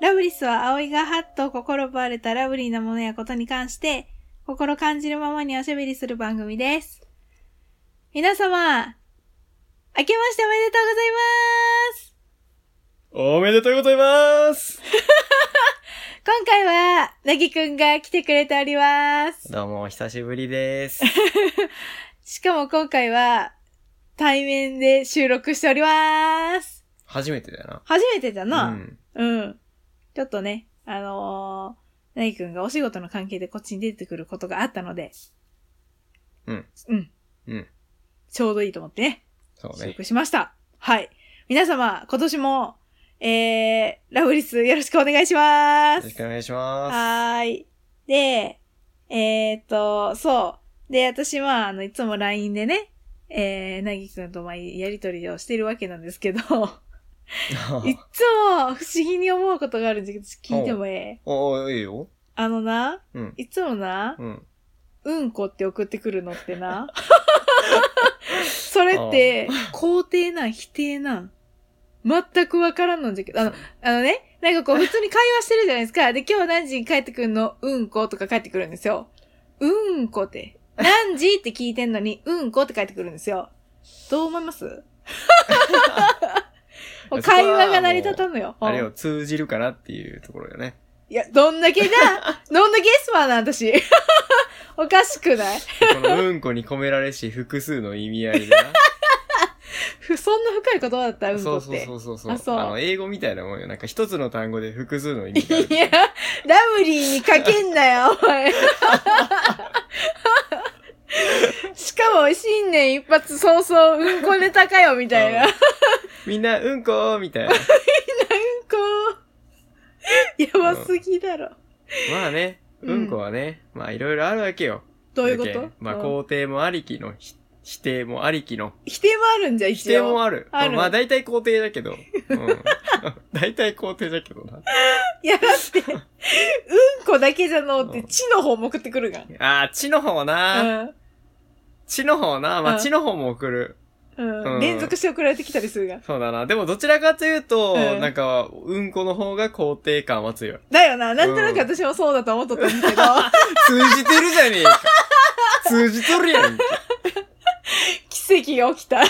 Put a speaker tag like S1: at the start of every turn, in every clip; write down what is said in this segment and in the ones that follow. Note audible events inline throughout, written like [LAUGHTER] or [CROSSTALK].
S1: ラブリスは葵がハッと心奪われたラブリーなものやことに関して、心感じるままにおしゃべりする番組です。皆様、明けましておめでとうございます
S2: おめでとうございます
S1: 今回は、なぎくんが来てくれております。
S2: どうも、お久しぶり [LAUGHS] です。
S1: しかも今回は、対面で収録しております。
S2: 初めてだよ
S1: 初めてだ
S2: な。
S1: な。
S2: ん。
S1: うん。ちょっとね、あのー、ナイくんがお仕事の関係でこっちに出てくることがあったので。
S2: うん。
S1: うん。
S2: うん。
S1: ちょうどいいと思ってね、
S2: そう
S1: 収
S2: ね。
S1: 録しました。はい。皆様、今年も、えー、ラブリスよろしくお願いしま
S2: よ
S1: す
S2: ろし。くお願いしま
S1: はーい。で、えー、っと、そう。で、私は、あの、いつも LINE でね、えー、なぎくんとまあやりとりをしてるわけなんですけ
S2: [LAUGHS]
S1: ど、いっつ
S2: す。
S1: も不思議に思うことがあるんですけど、聞いてもええ。
S2: [LAUGHS] おおいいよ。
S1: あのな、
S2: うん。
S1: いつもな、
S2: うん。
S1: うんこって送ってくるのってな。それって、肯定なん、否定なん。全くわからんのんじゃけど、あの、あのね、なんかこう普通に会話してるじゃないですか。で、今日何時に帰ってくるのうんことか帰ってくるんですよ。うんこって。何時って聞いてんのに、うんこって帰ってくるんですよ。どう思いますもう会話が成り立たんのよ。
S2: あれを通じるかなっていうところよ [LAUGHS] ね。
S1: いや、どんだ
S2: [LAUGHS]
S1: けな、どんだけエスパーなん、私。 [LAUGHS] おかしくない
S2: このうんこに込められし複数の意味合い [LAUGHS] で
S1: ふそんな深い言葉だった
S2: な。
S1: うん
S2: そ
S1: こ
S2: う
S1: っ
S2: そう
S1: て
S2: そ。うそうそう。
S1: あそう
S2: あの、英語みたいなもんよ。なんか一つの単語で複数の意味 [LAUGHS] があ
S1: い
S2: る。
S1: や、ラブリーにかけんなよ、お前。しかも、新年一発早々、うんこネタかよ、みたいな。う
S2: あのみんな、うんこーみたいな。
S1: んこ。やばすぎだろ。
S2: まあね、
S1: う
S2: [LAUGHS] うんんこはね、まあいろいろあるわけよ。
S1: どういうこ
S2: だけ
S1: と
S2: んまあ
S1: うん
S2: 肯定もありきの、ひ否定もありきの。
S1: 否定もあるんじゃ、一応。
S2: 否定もある。
S1: ある
S2: まあ大体肯定だけど。うん。 [LAUGHS] 大体肯定だけどな。
S1: いや、だって、うんこだけじゃのうって、地の方も送ってくるがん。
S2: ああ、地の方な。地の方な。ま
S1: う
S2: あ
S1: ん
S2: 地の方も送る。
S1: うん。う。
S2: うんん
S1: 連続して送られてきたりするがん。
S2: そうだな。でもどちらかというと、
S1: うん
S2: なんか、うんこの方が肯定感は強い。
S1: だよな。なんとなく私もそうだと思っとったんだけど、
S2: 通じてるじゃねえか。通じとるやんけ。
S1: [LAUGHS] 奇跡が起きた。
S2: は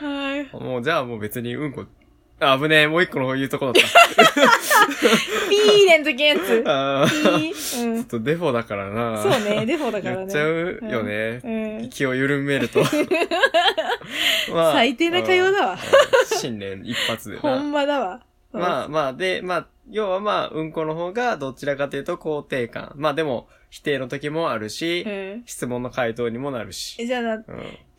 S1: はい。
S2: あもうじゃあもう別にうんこ、あ危ねえ、もう一個の方言うとこだっ
S1: ピー連続やつ。
S2: た。
S1: [LAUGHS]
S2: あ
S1: ピ
S2: ー
S1: ー。う
S2: ちょっ
S1: ん。
S2: とデフォだからな。
S1: そうね、デフォだからね。
S2: 言っちゃうよね。
S1: うん。
S2: 気を緩め
S1: [LAUGHS]
S2: ると。ま
S1: 最低な会話だわ
S2: うん新年一発で
S1: ほん
S2: な。
S1: まだわ。
S2: ま
S1: あ。
S2: あまあ、で、まあ、要はまあ、うんこの方がどちらかというと肯定感。まあでも、否定の時もあるし
S1: う、ん。
S2: 質問の回答にもなるし。
S1: えじゃあな、
S2: うん。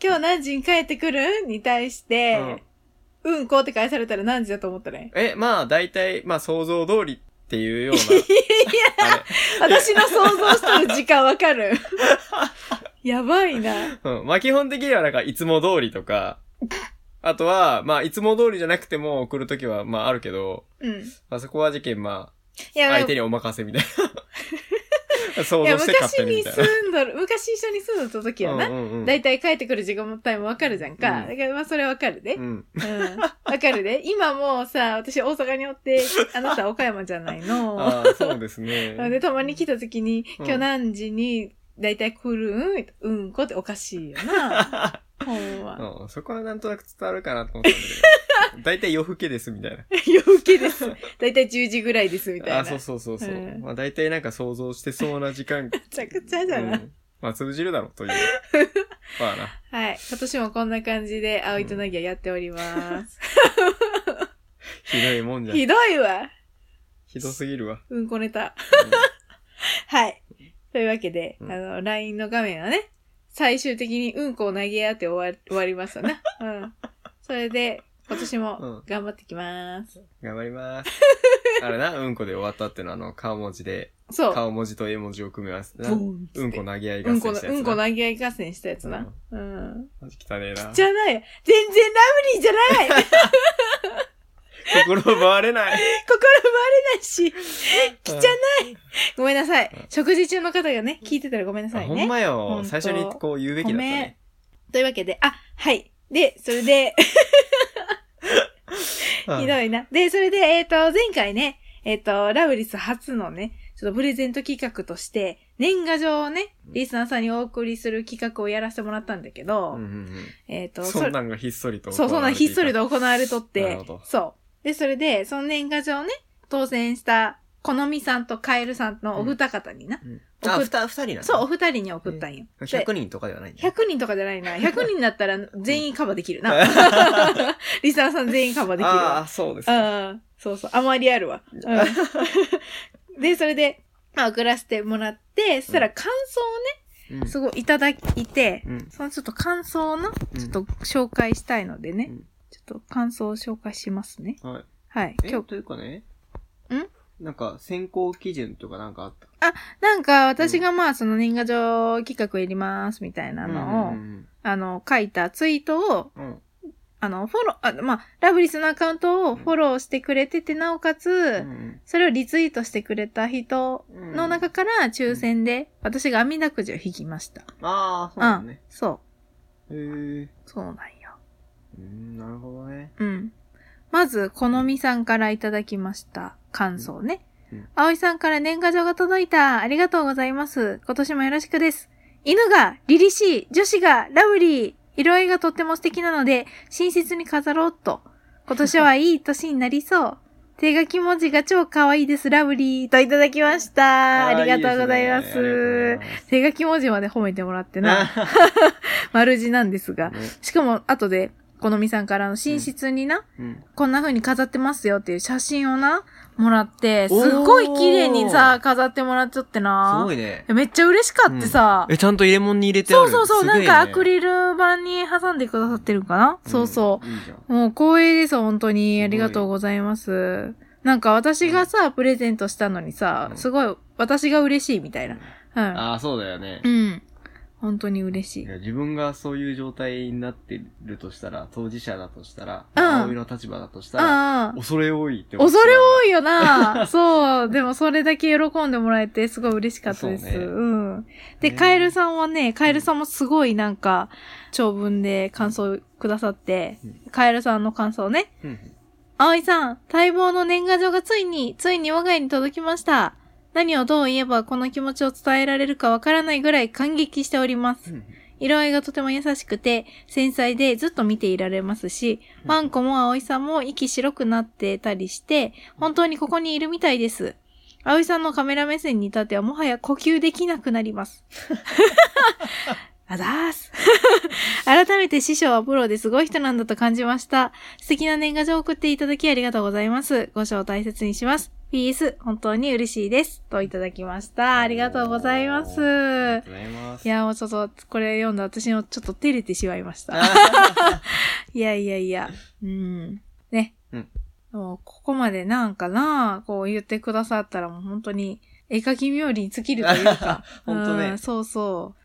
S1: 今日何時に帰ってくるに対し
S2: うん
S1: て、うんこって返されたら何時だと思ったね。
S2: え、まあ、大体、まあ、想像通りってい
S1: [LAUGHS]
S2: うような。
S1: 私の想像してる時間わか
S2: [LAUGHS]
S1: るやばいな。
S2: あれうん。まあ、基本的にはなんか、いつも通りとか、あとは、まあ、いつも通りじゃなくても送るときは、まあ、あるけど、
S1: うん。い
S2: まあ、そこは事件、まあ、
S1: や、
S2: 相
S1: で
S2: 手
S1: も
S2: にお任せみたい
S1: [LAUGHS]
S2: な。想
S1: いや
S2: 像して勝
S1: 昔
S2: 手に
S1: に
S2: みたいな。
S1: 住んどる、昔一緒に住んどった時はな
S2: う、んうんうん
S1: だいたい帰ってくる時間もタイムわかるじゃんか。
S2: うん
S1: だからまあそれわかるで
S2: う。ん。
S1: うんわかるで。今もうさ、私大阪におって、あなた岡山じゃないの。
S2: [LAUGHS] ああ、そうで
S1: [LAUGHS]
S2: すね。
S1: なので、たまに来た時に、
S2: うん
S1: 今日何時に、だいたい来るんうんこっておかしいよな。
S2: [LAUGHS]
S1: ほんま。
S2: うん、そこはなんとなく伝わるかなと思ったんだけど。大体夜更けです、みたいな。
S1: 夜更けです。だいたい10時ぐらいです、 [LAUGHS] みたいな。
S2: あそうそうそうそう。
S1: うん
S2: まあ大体なんか想像してそうな時
S1: [LAUGHS]
S2: 間。め
S1: めちゃくちゃじゃない、
S2: まあ通じるだろう、
S1: [LAUGHS]
S2: という。まあな。
S1: はい。今年もこんな感じで、葵となぎはやっております。
S2: ひどいもんじゃ。
S1: ひどいわ。
S2: ひどすぎるわ。
S1: うんこネタ。はい。というわけで、
S2: うん
S1: あの、LINE の画面はね、最終的にうんこを投げ合って終わ終わりました [LAUGHS] ね。うん。それで、今年
S2: う
S1: も
S2: ん
S1: 頑張ってきます。
S2: 頑張り
S1: [LAUGHS]
S2: ます。あれな、うんこで終わったってのはあの、顔文字で、
S1: そう。
S2: 顔文字と絵文字を組み合わせてな。
S1: ボーンっつって
S2: うんこ投げ合い
S1: うん
S2: 合
S1: こ
S2: 戦
S1: の、
S2: したや
S1: う
S2: つ
S1: んこ
S2: な。
S1: 投げ合い合戦したやつな。うん。
S2: マジ汚ねえな。
S1: じゃない。全然ラブリーじゃない [LAUGHS]
S2: 心奪われな
S1: 心奪われな
S2: い。
S1: いし、汚いごめんなさい。食事中の方がね、聞いてたらごめんな
S2: あ
S1: さい
S2: ほん
S1: ね。
S2: ま
S1: ほん
S2: よ。
S1: と
S2: 最初にこう言うべきだったね。
S1: というわけで、あ、はい。で、それで、ひどいな。で、それで、えっ、と、前回ね、えっ、と、ラブリス初のね、ちょっとプレゼント企画として、年賀状をね、リスナーさんにお送りする企画をやらせてもらったんだけど、
S2: うんうんうん
S1: えっ、と、
S2: そんなんがひっそりと。
S1: そう、そんなんひっそり。と行われとっ
S2: な
S1: て
S2: るほど。
S1: そう。で、それで、その年賀状をね、当選した、このみさんとカエルさんのお二方にな。
S2: うん
S1: 送っ
S2: あ、ふた、二人な
S1: そう、お
S2: う。
S1: 二人に送ったんよ。で
S2: 100人とかではないんだ。
S1: 100人とかじゃないな。100人だったら全員カバーできる
S2: [LAUGHS]
S1: な。リサーさん全員カバーできるわ。
S2: ああ、そうですか。
S1: うん。そうそう。あまりあるわ。うん、 [LAUGHS] で、それで、まあ、送らせてもらって、そしたら感想を
S2: うん
S1: ね、すごいいただいて、
S2: うん
S1: そのちょっと感想をな、
S2: うん
S1: ちょっと紹介したいのでね、
S2: うん
S1: ちょっと感想を紹介しますね。
S2: はい。
S1: はい。
S2: え、
S1: 今日、
S2: というかね。
S1: ん
S2: なんか、選考基準とかなんかあった
S1: なんか私がまあ、その年賀状企画やります、みたいなのを、
S2: うん
S1: あの、書いたツイートを、
S2: うんうん。
S1: あの、フォロー、あまあ、ラブリスのアカウントをフォローしてくれてて、なおかつ、
S2: うん
S1: それをリツイートしてくれた人
S2: うん
S1: の中から抽選で私が網だくじを引きました。
S2: ああ、そうだね。
S1: そ
S2: へえ。
S1: う。そうなんよ。
S2: うん、なるほどね。
S1: うん。まず、このみさんからいただきました感想ね
S2: うん。
S1: 葵さんから年賀状が届いた。ありがとうございます。今年もよろしくです。犬が凛々しい。女子がラブリー。色合いがとっても素敵なので、親切に飾ろうっと。今年はいい年になり
S2: [LAUGHS]
S1: そう。手書き文字が超可愛いです。ラブリー。といただきました。あ
S2: ー
S1: りがとうございま。
S2: ですねありがとうございます
S1: 手書き文字まで褒めてもらってな。丸字なんですが。
S2: ね
S1: しかも、後で、このみさんからの寝室にな、
S2: うん
S1: こんな風に飾ってますよっていう写真をな、もらって、すっごい綺麗にさ、飾ってもらっちゃって
S2: す
S1: な
S2: ご。いね。
S1: めっちゃ嬉しかってさ。
S2: え、ちゃんと入れ物に入れてあ
S1: そう
S2: る
S1: そうそう、
S2: すげ
S1: な
S2: え
S1: ん
S2: ね。
S1: かアクリル板に挟んでくださってるかな、そうそう
S2: いいじゃん。
S1: う。もう光栄です、本当
S2: すご
S1: に。
S2: い
S1: ありがとうございます。なんか私がさ、プレゼントしたのにさ
S2: う、ん
S1: すごい、私が嬉しいみたいな。うん。
S2: ああ、そうだよね
S1: う。ん。本当に嬉し
S2: い
S1: い。
S2: や自分がそういう状態になってるとしたら、当事者だとしたら、
S1: うん
S2: 葵の立場だとしたら、
S1: ああ。
S2: 恐れ多いって思っちゃう
S1: 恐れ多いよ
S2: [LAUGHS]
S1: なそう。でもそれだけ喜んでもらえて、すごい嬉しかったです。
S2: そうね
S1: うん。で、
S2: ね
S1: カエルさんはね、カエルさんもすごいなんか、長文で感想くださって、カエルさんの感想ね。
S2: うん
S1: 葵さん、待望の年賀状がついに、ついに我が家に届きました。何をどう言えばこの気持ちを伝えられるかわからないぐらい感激しております。
S2: うん
S1: 色合いがとても優しくて、繊細でずっと見ていられますし、ワンコも葵さんも息白くなってたりして、本当にここにいるみたいです。葵さんのカメラ目線に至ってはもはや呼吸できなくなります。あざーす。 [LAUGHS] 改めて師匠はプロですごい人なんだと感じました。素敵な年賀状を送っていただきありがとうございます。ご賞を大切にします。PS、本当に嬉しいです。といただきました。ありがとうございま
S2: おーあり
S1: す
S2: が。とうございます。
S1: い
S2: [LAUGHS]
S1: や、もうちょっと、これ読んだ私もちょっと照れてしまいました。
S2: あ
S1: いやいやいや、うん。ね。
S2: うん。
S1: もう、ここまでなんかな、こう言ってくださったらもう本当に、絵描き冥利に尽きるというか
S2: [LAUGHS] 本当ね
S1: うんそうそう。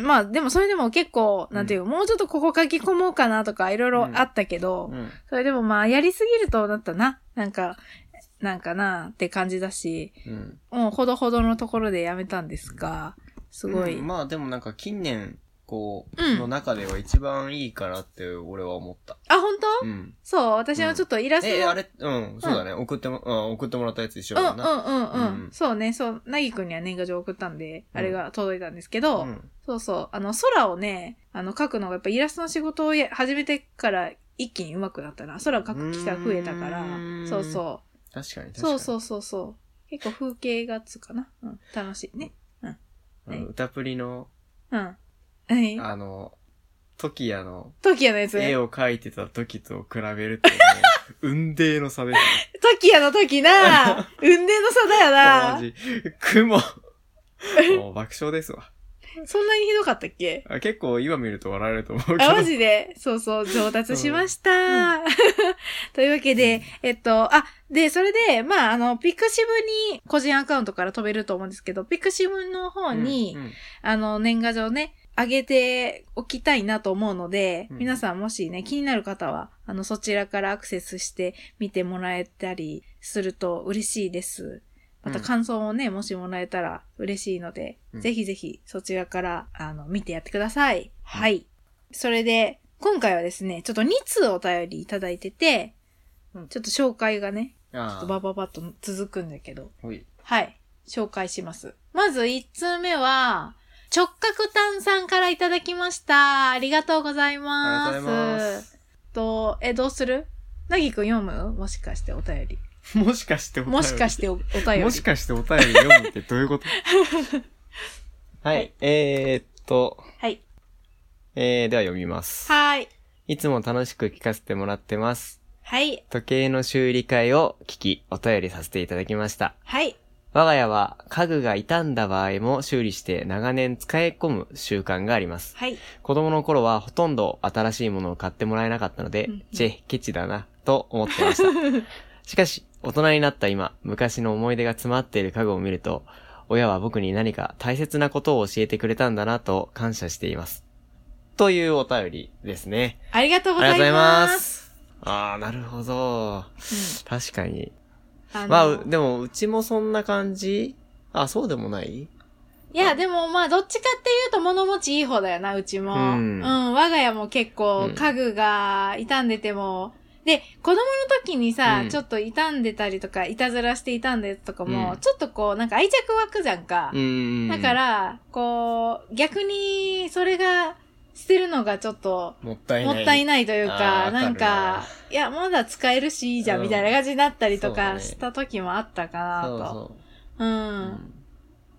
S1: まあ、でもそれでも結構、なんていう、もうちょっとここ書き込もうかなとか、いろいろあったけど、
S2: ーうん
S1: それでもまあ、やりすぎるとなったな。なんか、なんかなって感じだし、
S2: うん
S1: もうほどほどのところでやめたんですが、すごい。
S2: うんまあでもなんか近年、こう、
S1: うん
S2: の中では一番いいかなって俺は思った。
S1: あ、本当
S2: うん。
S1: そう、私はちょっとイラスト
S2: え、
S1: も
S2: あれ、うん、そうだね。送っても、うん、送ってもらったやつ一緒
S1: うん
S2: だ
S1: う
S2: な。
S1: んうんうん。
S2: うん
S1: そうね、そう、なぎくんには年賀状送ったんで、
S2: うん
S1: あれが届いたんですけど、
S2: うん
S1: そうそう、あの、空をね、あの、描くのがやっぱイラストの仕事をや始めてから一気に上手くなったな。空を描く機会増えたから
S2: うー、ん
S1: そうそ
S2: 確かに確
S1: う。
S2: かに。
S1: そうそうそうそう。結構風景がつかな。うん、楽しいね。
S2: あの歌プリの、
S1: うん。はい。
S2: あの、トキヤの
S1: トキヤのやつ
S2: 絵
S1: ね。
S2: を描いてた時と比べ
S1: [LAUGHS]
S2: ると、もう雲泥の差ですね。
S1: トキヤの時な
S2: [LAUGHS]
S1: 運命の差だよ
S2: マ
S1: な
S2: ジ。雲。もう爆笑ですわ。
S1: そんなにひどかったっけ
S2: あ結構今見ると笑えると思うけど。
S1: あ、マジでそうそう、上達しました。 [LAUGHS] というわけで、えっと、あ、で、それで、まあ、あの、ピクシブに、個人アカウントから飛べると思うんですけど、ピクシブの方に、
S2: うんうん
S1: あの、年賀状ね、あげておきたいなと思うので、
S2: うん
S1: 皆さんもしね、気になる方は、あの、そちらからアクセスして見てもらえたりすると嬉しいです。また
S2: うん
S1: 感想もね、もしもらえたら嬉しいので、
S2: うん
S1: ぜひぜひそちらから、あの、見てやってください。はい。それで、今回はですね、ちょっと2通お便りいただいてて、
S2: うん
S1: ちょっと紹介がね、ちょっ
S2: あ
S1: と
S2: あ。
S1: バババッと続くんだけど。
S2: ほい。
S1: はい。紹介します。まず1通目は、直角炭さんからいただきました。ありがとうございます。
S2: ありがとうございます
S1: と、え、どうするなぎくん読むもしかしてお便り。
S2: もしかしてお便り。
S1: もしかしておお便り。
S2: もしかしてお便り読むってど
S1: [LAUGHS]
S2: ういうことはい、
S1: はい
S2: えー、っと、
S1: はい。
S2: えー、では読みます。
S1: はーい。
S2: いつも楽しく聞かせてもらってます。
S1: はい。
S2: 時計の修理会を聞き、お便りさせていただきました。
S1: はい。
S2: 我が家は家具が傷んだ場合も修理して長年使い込む習慣があります。
S1: はい。
S2: 子供の頃はほとんど新しいものを買ってもらえなかったので
S1: うんうん、
S2: チェ、ケチだな、と思ってました。
S1: [LAUGHS]
S2: しかし、大人になった今、昔の思い出が詰まっている家具を見ると、親は僕に何か大切なことを教えてくれたんだなと感謝しています。というお便りですね。
S1: ありがとう
S2: あ
S1: ご
S2: りがと
S1: ざ
S2: うござ
S1: い
S2: いま
S1: ます。
S2: す。ああ、なるほど。確かに。
S1: うん
S2: ま
S1: の
S2: あ、でも、うちもそんな感じあ、そうでもな
S1: い
S2: い
S1: や、でもまあ、どっちかっていうと物持ちいい方だよな、うちも。う。
S2: うんん
S1: 我が家も結構
S2: うん
S1: 家具が傷んでても、で、子供の時にさ、
S2: うん
S1: ちょっと傷んでたりとか、いたずらして傷んだやつとかも、
S2: うん
S1: ちょっとこう、なんか愛着湧くじゃんか。
S2: ん
S1: だか、ら、こう、逆に、それが、捨てるのがちょっと、
S2: もったい
S1: も
S2: ない。
S1: ったいないというか、
S2: あー
S1: なん
S2: わ
S1: か
S2: か、
S1: いや、まだ使えるし、いいじゃん、
S2: うん
S1: みたいな感じになったりと
S2: そうだ
S1: か
S2: ね
S1: した時もあったかな
S2: そう
S1: と。。
S2: そうう。うん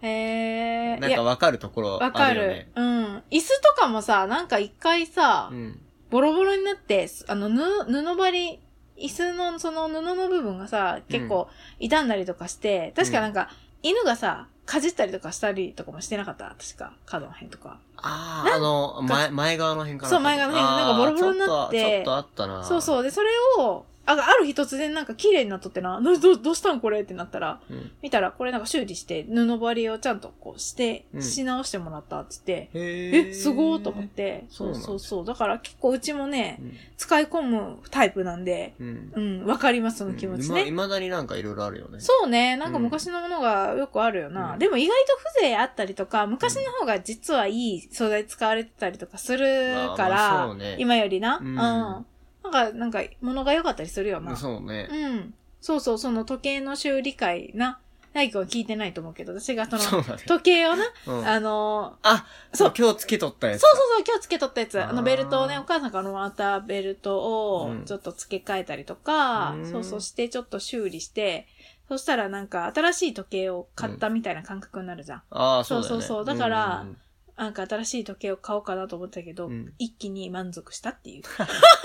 S2: ん
S1: へー。
S2: ないん
S1: や
S2: かわかるところ
S1: わ
S2: あ
S1: か
S2: る
S1: る
S2: よね。
S1: うん。椅子とかもさ、なんか一回さ、
S2: うん。
S1: ボロボロになって、すあの、ぬ、布張り、椅子のその布の部分がさ、結構傷んだりとかして、確かなんか、犬がさ、かじったりとかしたりとかもしてなかった確か、角の辺とか。
S2: ああ、あの、
S1: か
S2: 前、前側の辺かな。
S1: そう前側の辺
S2: あ
S1: な
S2: ー
S1: んかボロボロになって
S2: ちょとちょっとあったな。
S1: そうそう。で、それを、あある日突然なんか綺麗になっとってな、ど、ど、どうしたんこれってなったら、
S2: うん。
S1: 見たらこれなんか修理して、布張りをちゃんとこうして、
S2: うん
S1: し直してもらったって言って、
S2: へー
S1: え、すごーと思っ。て。
S2: そ
S1: そうん
S2: うなだ
S1: そうそう。だから結構うちもね、
S2: うん
S1: 使い込むタイプなんで、
S2: うん。
S1: うん、わかります、その気持ち
S2: うんい
S1: ね。
S2: まだになんかいろいろあるよね。
S1: そうね、なんか昔のものがよくあるよな。
S2: うん
S1: でも意外と風情あったりとか、昔の方が実はいい素材使われてたりとかするか
S2: まあま
S1: ら、
S2: あそうね
S1: 今よりな、う、
S2: うんん
S1: なんか、なんか、物が良かったりするよな。
S2: そうね。
S1: うん。そうそう、その時計の修理会な。大工は聞いてないと思うけど、私がその、
S2: そうだね。
S1: 時計をな、
S2: うん
S1: あの
S2: あ、
S1: そ
S2: そうう、今日つけとったやつ
S1: そ
S2: か。
S1: うそうそう、今日付け取ったやつ。あの
S2: あー
S1: ベルトをね、お母さんからもらったベルトを
S2: うん
S1: ちょっと付け替えたりとか、
S2: うん
S1: そうそうしてちょっと修理して、そしたらなんか新しい時計を買ったみたいな感覚になるじゃん。
S2: ああ、そうだよ
S1: そう
S2: ね。
S1: そうそうだから
S2: うん
S1: なんか新しい時計を買おうかなと思ったけど、
S2: うん
S1: 一気に満足したっていう。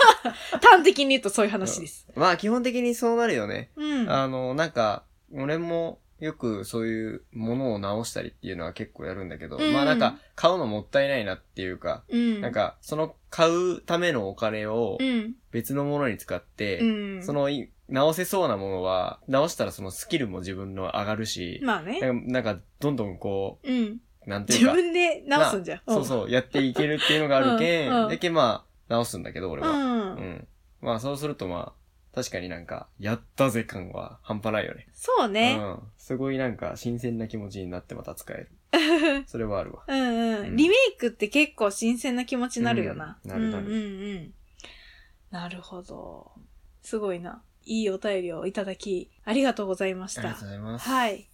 S1: [LAUGHS] 端的に言うとそういう話です。
S2: まあ基本的にそうなるよね。
S1: うん。
S2: あの、なんか、俺もよくそういうものを直したりっていうのは結構やるんだけど、
S1: うん
S2: まあなんか、買うのもったいないなっていうか、
S1: うん。
S2: なん、か、その買うためのお金を
S1: うん。
S2: 別のものに使っ
S1: う
S2: て、
S1: ん。
S2: そのい、直せそうなものは、直したらそのスキルも自分の上がるし、
S1: まあね。
S2: なんか、なんかどんどんこ
S1: うん。
S2: う、なんてい
S1: 自
S2: うか、
S1: 分で直すんじゃん。
S2: そうそう、やっていけるっていうのがあるけん、
S1: うんうん
S2: だけまあ、直すんだけど、俺
S1: う
S2: は。
S1: ん。う。
S2: うんん。まあそうするとまあ、確かになんか、やったぜ感は半端ないよね。
S1: そうね。
S2: うん。すごいなんか、新鮮な気持ちになってまた使え
S1: [LAUGHS]
S2: る。それはあるわ。
S1: うんう。
S2: うんん
S1: リメイクって結構新鮮な気持ちになるよな。
S2: うんなるなる
S1: うんうんうん。なるほど。すごいな。いいお便りをいただき、ありがとうございまし
S2: ありが
S1: た
S2: とう。ございます。
S1: はい。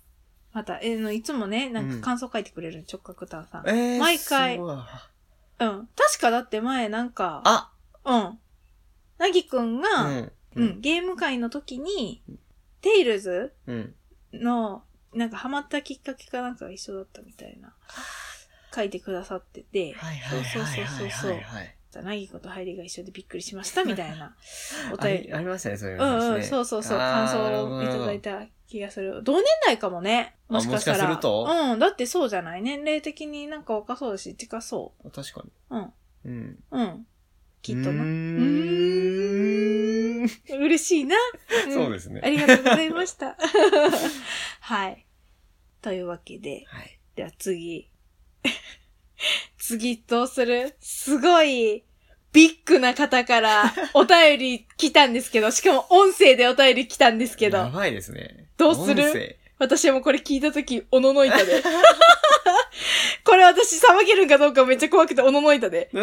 S1: また、えーの、いつもね、なん
S2: う
S1: か
S2: ん
S1: 感想書いてくれる、直角炭さん。
S2: えー、
S1: 毎回
S2: そうだ
S1: うん。確かだって前なんか、
S2: あ
S1: うん。なぎくんが、うん、
S2: ん。うん。
S1: ゲーム会の時に、テイルズ
S2: うん。
S1: の、なんかハマったきっかけかなんかが一緒だったみたいな、書いてくださってて、
S2: はいはいはいはいはいはい。
S1: なぎこと入りが一緒でびっくりしま
S2: [LAUGHS]
S1: したみたいなお
S2: あ
S1: 便
S2: り
S1: り。
S2: ありましたね、そういう
S1: う
S2: 話ね。
S1: んうん、そうそうそう、
S2: あ
S1: 感
S2: ー
S1: 想をいただい。た気がする。同年代かもね。もしかしたら。
S2: あもしかすると
S1: うん、だってそうじゃない年齢的になんか若そうだし、近そ
S2: なるほど確か
S1: う。うん、
S2: に。うん。
S1: うん。きっと
S2: う
S1: な。
S2: ーん。
S1: 嬉しい
S2: [LAUGHS]
S1: な。ん
S2: そうですね。
S1: [LAUGHS] ありがとうございま
S2: [LAUGHS]
S1: した。はい。というわけで、
S2: はい。
S1: では次。 [LAUGHS] 次どうするすごい、ビッグな方からお便り来たんですけど、しかも音声でお便り来たんですけ
S2: や
S1: ど、
S2: ばいですね。
S1: どうする [LAUGHS]
S2: 音声
S1: 私もこれ聞いたとき、おののいたで。 [LAUGHS] これ私、さばけるんかどうかめっちゃ怖くておののいたで。
S2: うー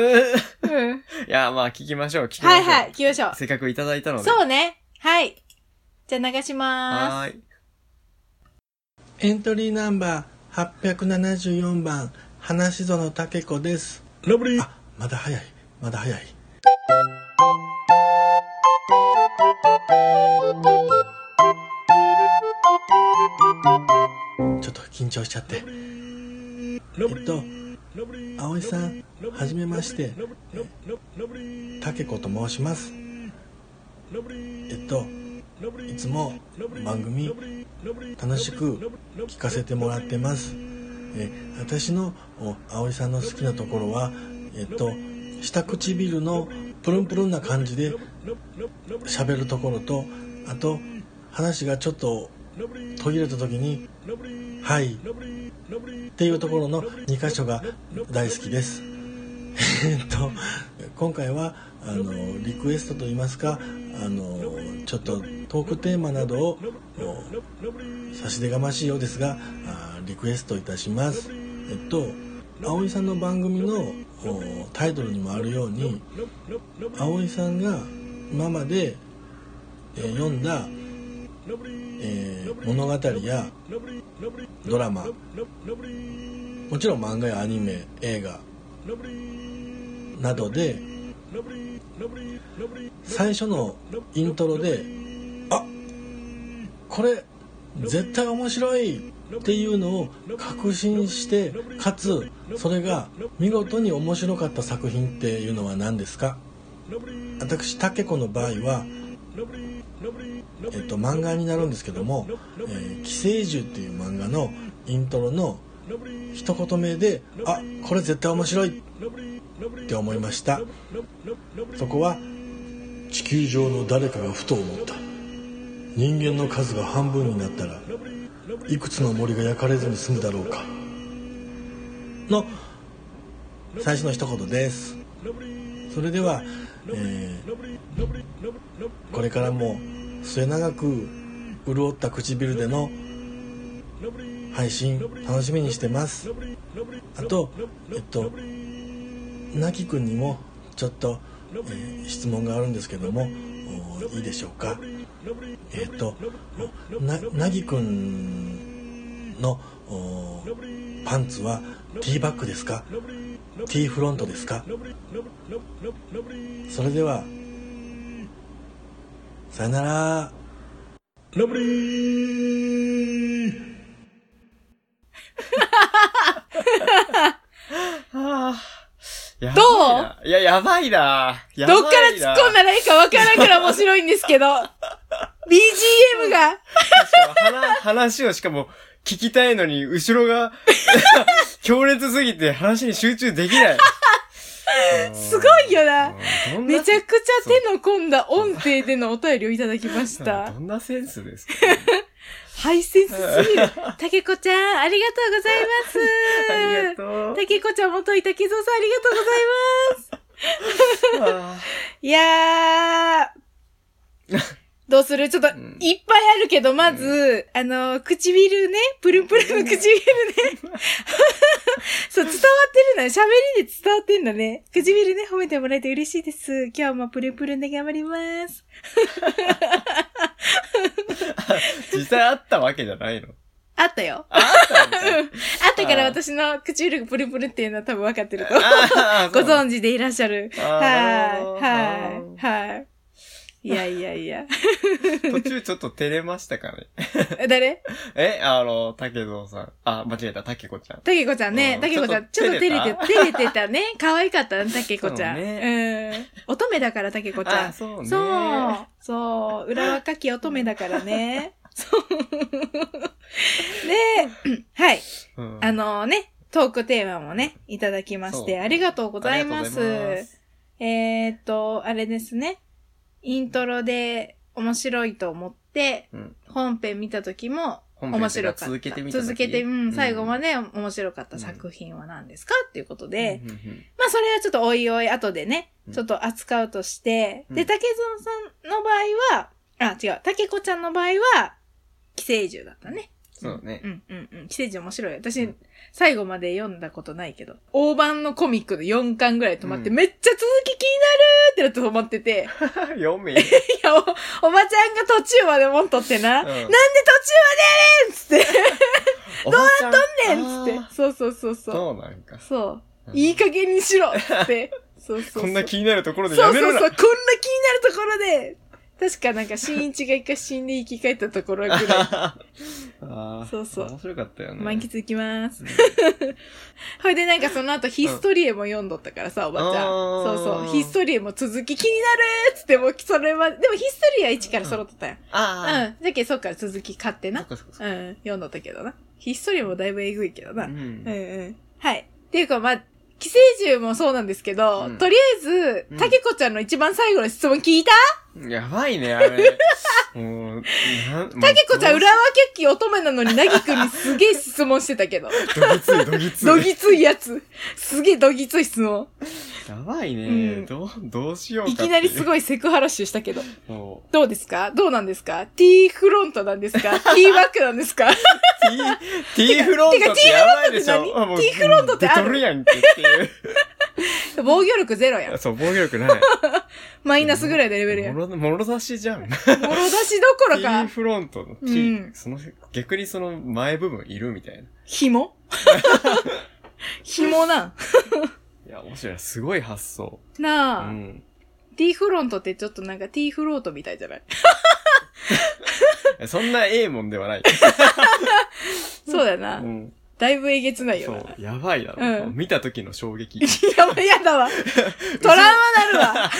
S2: ん
S1: うん。
S2: いや、まあ聞きましょう、聞きましょう。
S1: はいはい、行きましょう。
S2: せっかくいただいたので。
S1: そうね。はい。じゃあ流しまーす。
S2: ーい。
S3: エントリーナンバー874番、話し園たけこです。ラブリーあ、まだ早い、まだ早い。ちょっと緊張しちゃって。えっと、葵さん、はじめまして。たけこと申します。えっと、いつも番組楽しく聞かせてもらってます。え私のお葵さんの好きなところは、えっと、下唇のプルンプルンな感じで喋るところと、あと、話がちょっと途切れた時に、はい、っていうところの2箇所が大好きです。えっと今回はあのリクエストといいますかあのちょっとトークテーマなどをもう差し出がましいようですがあリクエストいたしますえっと葵さんの番組のおタイトルにもあるように葵さんが今まで、えー読んだ、えー物語やドラマもちろん漫画やアニメ映画などで最初のイントロで「あこれ絶対面白い!」っていうのを確信してかつそれが見事に面白かった作品っていうのは何ですか私タケコの場合は、えっと、漫画になるんですけども「えー寄生獣」っていう漫画のイントロの一言目で「あこれ絶対面白い!」って思いましたそこは地球上の誰かがふと思った人間の数が半分になったらいくつの森が焼かれずに済むだろうかの最初の一言ですそれでは、えーこれからも末永く潤った唇での配信楽しみにしてますあとえっとなきくんにもちょっと、えー質問があるんですけどもおいいでしょうかえっ、とななぎくんのおパンツはティーバッグですかティーフロントですかそれではさよならラブリー
S2: あーやばい
S1: ど
S2: な。いや、やばいな。やばい
S1: ど
S2: な
S1: っから突っ込んだらいいかわからんから面白いんです
S2: [LAUGHS]
S1: けど。BGM が、
S2: しかも話話をしかも聞きたいのに、後ろが [LAUGHS] 強烈すぎて話に集中できない。
S1: すごいよな。
S2: うん。
S1: めちゃ
S2: く
S1: くちゃ手の込んだ音程でのお便りをいただきました
S2: ど。んなセンスですか
S1: ハイセンスすぎる。たけこちゃん、ありがとうございます。
S2: [LAUGHS] あり
S1: [LAUGHS]
S2: がとう。
S1: たけこちゃん元いたきぞうさん、ありがとうございます。
S2: あ
S1: いやー。どうするちょっと、いっ
S2: うん
S1: ぱいあるけど、まず、あの、唇ね、プルンプルンの唇ね。 [LAUGHS] そう、伝わってるんだね。喋りで伝わってんだね。唇ね、褒めてもらえて嬉しいです。今日もプルンプルンで頑張ります。
S2: ー実際あったわけじゃないの。
S1: あったよ。
S2: あったんだ
S1: あったから
S2: あー
S1: 私の唇がプルンプルンっていうのは多分分かってると思う。
S2: あー
S1: ご
S2: そうなんだ
S1: 存知でいらっしゃる。
S2: あ
S1: はい、
S2: ーなるほ
S1: は
S2: ど
S1: い、はい。いやいやいや。 [LAUGHS]
S2: 途中ちょっと照れましたかね。 [LAUGHS]
S1: 誰
S2: え、あの、竹蔵さん。あ、間違えた、竹子ちゃん。
S1: たけこちゃん
S2: う
S1: ね
S2: ん。
S1: たけこちゃん、
S2: ち
S1: ち
S2: ょ
S1: ょ
S2: っ
S1: っ
S2: と
S1: と
S2: 照
S1: 照
S2: れ
S1: れ
S2: た
S1: て、照れてたね。 [LAUGHS] 可愛かったね、たけこちゃん。
S2: そう
S1: うん。乙女だから、たけこちゃ
S2: あ、
S1: ん。
S2: そうね。
S1: そう。そう。裏若き乙女だから
S2: [LAUGHS]
S1: ね。そう。で、はい。
S2: うん
S1: あのね、トークテーマもね、いただきまし
S2: そ
S1: て、
S2: う
S1: ありがとうございま。
S2: ありがとうございますす
S1: えー、っと、あれですね。イントロで面白いと思って、
S2: うん
S1: 本編見た時も
S2: 本編
S1: 面
S2: っていう
S1: 白かっ
S2: か
S1: た。
S2: 続けてみた時
S1: 続けて、う、
S2: うんん
S1: 最後まで面白かった作品は何ですかっていうことで、
S2: うんうんうん
S1: まあそれはちょっとおいおい後でね
S2: うん、
S1: ちょっと扱うとして、
S2: うん
S1: で、竹園さんの場合は、あ、違う、竹子ちゃんの場合は、寄生獣だったね。
S2: そうね
S1: う。んうんうん。寄生獣面白い。私、
S2: うん
S1: 最後まで読んだことないけど、大判のコミックの4巻ぐらい止まって、
S2: うん
S1: めっちゃ続き気になるってなって止まってて、
S2: [LAUGHS] 4
S1: [LAUGHS]
S2: 名。
S1: いや、お、おばちゃんが途中までもんとってな、
S2: うん
S1: なんで途中までやれんっつって、
S2: どうなっ
S1: ねんっつって。そうそうそうそう。
S2: そうなんか。
S1: そう。
S2: うん
S1: いい加減にしろっつって。そうそうそう。
S2: こんな気になるところで
S1: そ
S2: や
S1: うそう
S2: め
S1: そう、こ
S2: ろ
S1: んな気に
S2: な
S1: な。るところで。確かなんか、新一が一回死んで生き返ったところ
S2: [LAUGHS]
S1: ぐらい。
S2: [LAUGHS] あー
S1: そうそう
S2: 面白かったよね。
S1: 満喫できます。
S2: うん
S1: ほいでなんかその後ヒストリエも読んどったからさ、おばちゃん。
S2: あー
S1: そうそう。ヒストリエも続き気になるっつってもうそれは、でもヒストリエは1から揃っとったやん。う
S2: あ
S1: ん。じゃけそっから続き買って
S2: あ。そっ
S1: な。
S2: かそっかそっ
S1: うん。読んどったけどな。ヒストリエもだいぶえぐいけどな。
S2: か。うん
S1: うんうん。はい。っていうか、まあ、寄生獣もそうなんですけど、
S2: うん
S1: とりあえず
S2: うん、
S1: たけこちゃんの一番最後の質問聞いた
S2: やばいね、
S1: [LAUGHS]
S2: あれ。もう、
S1: た [LAUGHS]
S2: た
S1: けこちゃん、浦和決起乙女なのに、なぎくんにすげえ質問してたけど。
S2: どぎつい、どぎつい。
S1: どぎついやつ。すげえどぎつい質問。
S2: やばいね、
S1: うん
S2: どう、どうしようか
S1: いきなりす
S2: い。
S1: ごいセクハラ集したけど。
S2: もう、
S1: どうですかどうなんですか ?t フロントなんです
S2: [LAUGHS]
S1: か ?t バックなんですか
S2: T、T フロントってやばいでしょ。
S1: てか T フロントって何
S2: あもう
S1: T フロントってある
S2: 出とるやんけっていう。
S1: 防御力ゼロやん。
S2: そう、防御力ない。
S1: マイナスぐらいのレベルやん。も
S2: もろ、もろ差しじゃん。
S1: ろ出しどころ
S2: T
S1: か、
S2: フロントの T、
S1: うん
S2: その、逆にその前部分いるみたいな。 [LAUGHS]
S1: 紐紐なん。
S2: いや、面白い。すごい発想。う
S1: なあ。
S2: ん。
S1: T フロントってちょっとなんか T フロートみたいじゃない
S2: そんなええもんで
S1: [LAUGHS]
S2: はない。
S1: そうだな。
S2: うん。
S1: だいぶえげつない
S2: そ
S1: よな。
S2: う、やばいだろ。
S1: うん
S2: 見た時の衝撃。
S1: やばい、やだ
S2: [LAUGHS]
S1: わ。トラウマなるわ。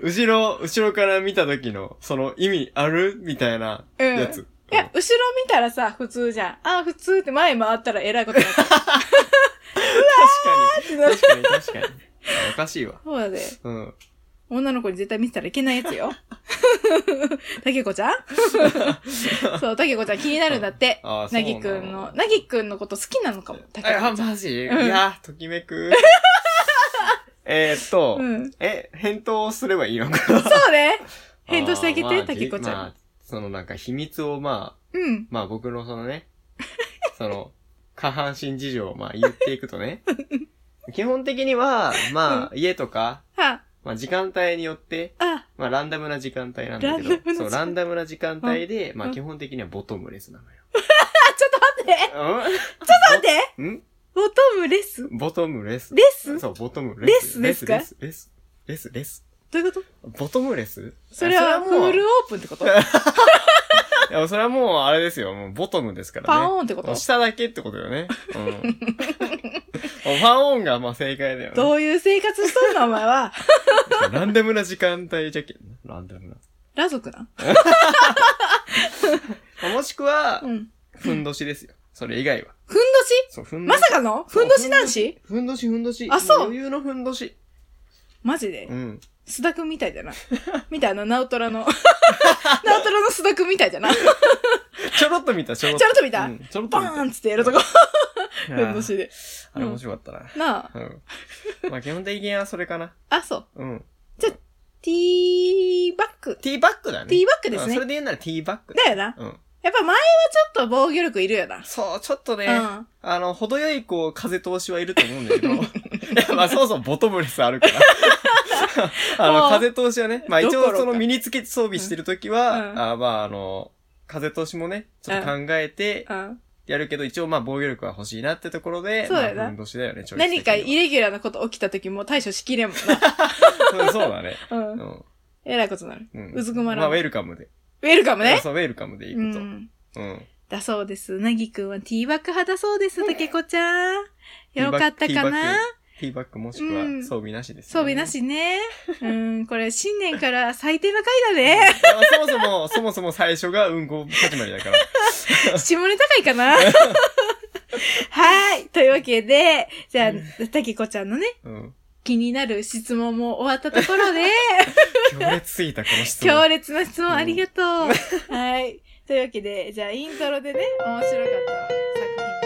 S2: 後ろ、後ろから見た時の、その意味あるみたいな
S1: うん
S2: やつ。
S1: いや、後ろ見たらさ、普通じゃん。ああ、普通って前回ったらえらいことになった。
S2: 確 [LAUGHS] かに。確かに、確かに。おかしいわ。
S1: そうだで。
S2: うん。
S1: 女の子に絶対見てたらいけないやつ
S2: [LAUGHS]
S1: よ。たけこちゃんそう、たけこちゃん気になるんだって
S2: ああ。そう
S1: な
S2: なの
S1: ぎくんの、なぎくんのこと好きなのかも。たけこちゃ
S2: あ、
S1: ん。
S2: マジ、
S1: うん
S2: いやー、ときめ
S1: [LAUGHS]
S2: く。えーっと、
S1: うん
S2: え、返答すればいいのかな
S1: そうね。 [LAUGHS] 返答してあげ
S2: あーま
S1: て、たけこちゃ
S2: ま
S1: ん
S2: あ。そのなんか秘密をま
S1: う
S2: あ、
S1: ん。
S2: まあ僕のそ
S1: [LAUGHS]
S2: のね、その、下半身事情をまあ言っていく
S1: [LAUGHS]
S2: とね。基本的には、まあ、家とか、
S1: は、
S2: まあ時間帯によって、
S1: あ、
S2: まあランダムな時間帯なんだけ
S1: ランダムな
S2: ど、
S1: 時間
S2: そう、ランダムな時間帯で、まあ
S1: うん
S2: 基本的にはボトムレスなのよ。
S1: あ、ちょっと待って。
S2: うん
S1: ちょっと待って。
S2: ん
S1: ボトムレス
S2: ボトムレス。
S1: レス
S2: そう、ボトムレス。
S1: レスですか
S2: レス、レス、レス、レス。
S1: どういうこと
S2: ボトムレス
S1: それは
S2: あ
S1: フ
S2: もう
S1: ルオープンってこと
S2: いや、それはもうあれですよ。もうボトムですからね。
S1: パンオンってこと
S2: 下だけってことよね。うん。 [LAUGHS] パンオンがまあ正解だよね。
S1: どういう生活しと
S2: [LAUGHS]
S1: るのお前は。
S2: ランダムな時間帯じゃけんね。ランダム
S1: ラ族な。
S2: な。もしくは
S1: う、ん。
S2: ふんどしですよ。それ以外は。
S1: ふんどし
S2: そう、ふんど
S1: ま
S2: し。
S1: さかのふんどし男子
S2: ふんどし、ふんどし。
S1: あそう
S2: も余裕のふんどし。
S1: マジで
S2: うん。
S1: 須田くんみたいじゃ
S2: [LAUGHS]
S1: ないみたいな、ナウトラの。ナウトラの須田くんみたいじゃない
S2: ちょろっと見た、ちょろっ
S1: ち
S2: と。
S1: ょろっと見た
S2: うんちょろっと
S1: バ
S2: 見た
S1: ーンっつってやるとこ。
S2: いや
S1: ふんどしで。
S2: あれ面白かったな。
S1: なあ。
S2: うん。まあ基本的にはそれかな。
S1: あ、そう。
S2: うん。
S1: ティーバック。
S2: ティーバッグだね。
S1: ティーバッグです
S2: うんそれ
S1: ね。
S2: で言うならティーバッグ
S1: だよな。
S2: うん。
S1: やっぱ前はちょっと防御力いるよな。
S2: そう、ちょっとね、
S1: うん
S2: あの、程よい、こう、風通しはいると思うんだけ
S1: [LAUGHS]
S2: ど。いや、まあ、そもそもボトムレスあるから。あ
S1: も
S2: の、
S1: う
S2: 風通しはね、まあ、一
S1: どころ
S2: 応、
S1: か
S2: その、身につけて装備してるときは、
S1: うん
S2: あまあ、あの、風通しもね、ちょっと考えて
S1: うん。
S2: やるけど、一応、まあ、防御力は欲しいなってところで、
S1: そうだよな
S2: まあ、運動しだよね、ちょ
S1: 何かイ
S2: い
S1: レギュラーなこと起きた時も対処しきれんもん
S2: そう
S1: [LAUGHS]
S2: だね。
S1: な。う。
S2: うんん。
S1: えらいことになる。
S2: うん。
S1: うずくまらん
S2: あ、ウェルカムで。
S1: ウェルカムね。
S2: そう、ウェルカムでいうくと。うん。
S1: ん。だそうです。なぎくんはティーバック派だそうです、たけこちゃん。
S2: ティ
S1: よ
S2: ーバッ
S1: かった
S2: ティー
S1: か
S2: バッ
S1: な
S2: グティーバッグもしくは
S1: うん
S2: 装備なしです、ね
S1: 装備な。しね。うん、これ新年から最低な回だ
S2: [LAUGHS]
S1: ね。
S2: あそもそも、そもそも最初が運行始まりだから。
S1: 下ネタ回か
S2: [LAUGHS]
S1: なはい。というわけで、じゃあ、たけこちゃんのね、
S2: うん。
S1: 気になる質問も終わったところ
S2: [LAUGHS]
S1: で、
S2: 強烈すぎた、この質問。
S1: 強烈な質問ありがとう。はい。というわけで、じゃあイントロでね、面白かった作品。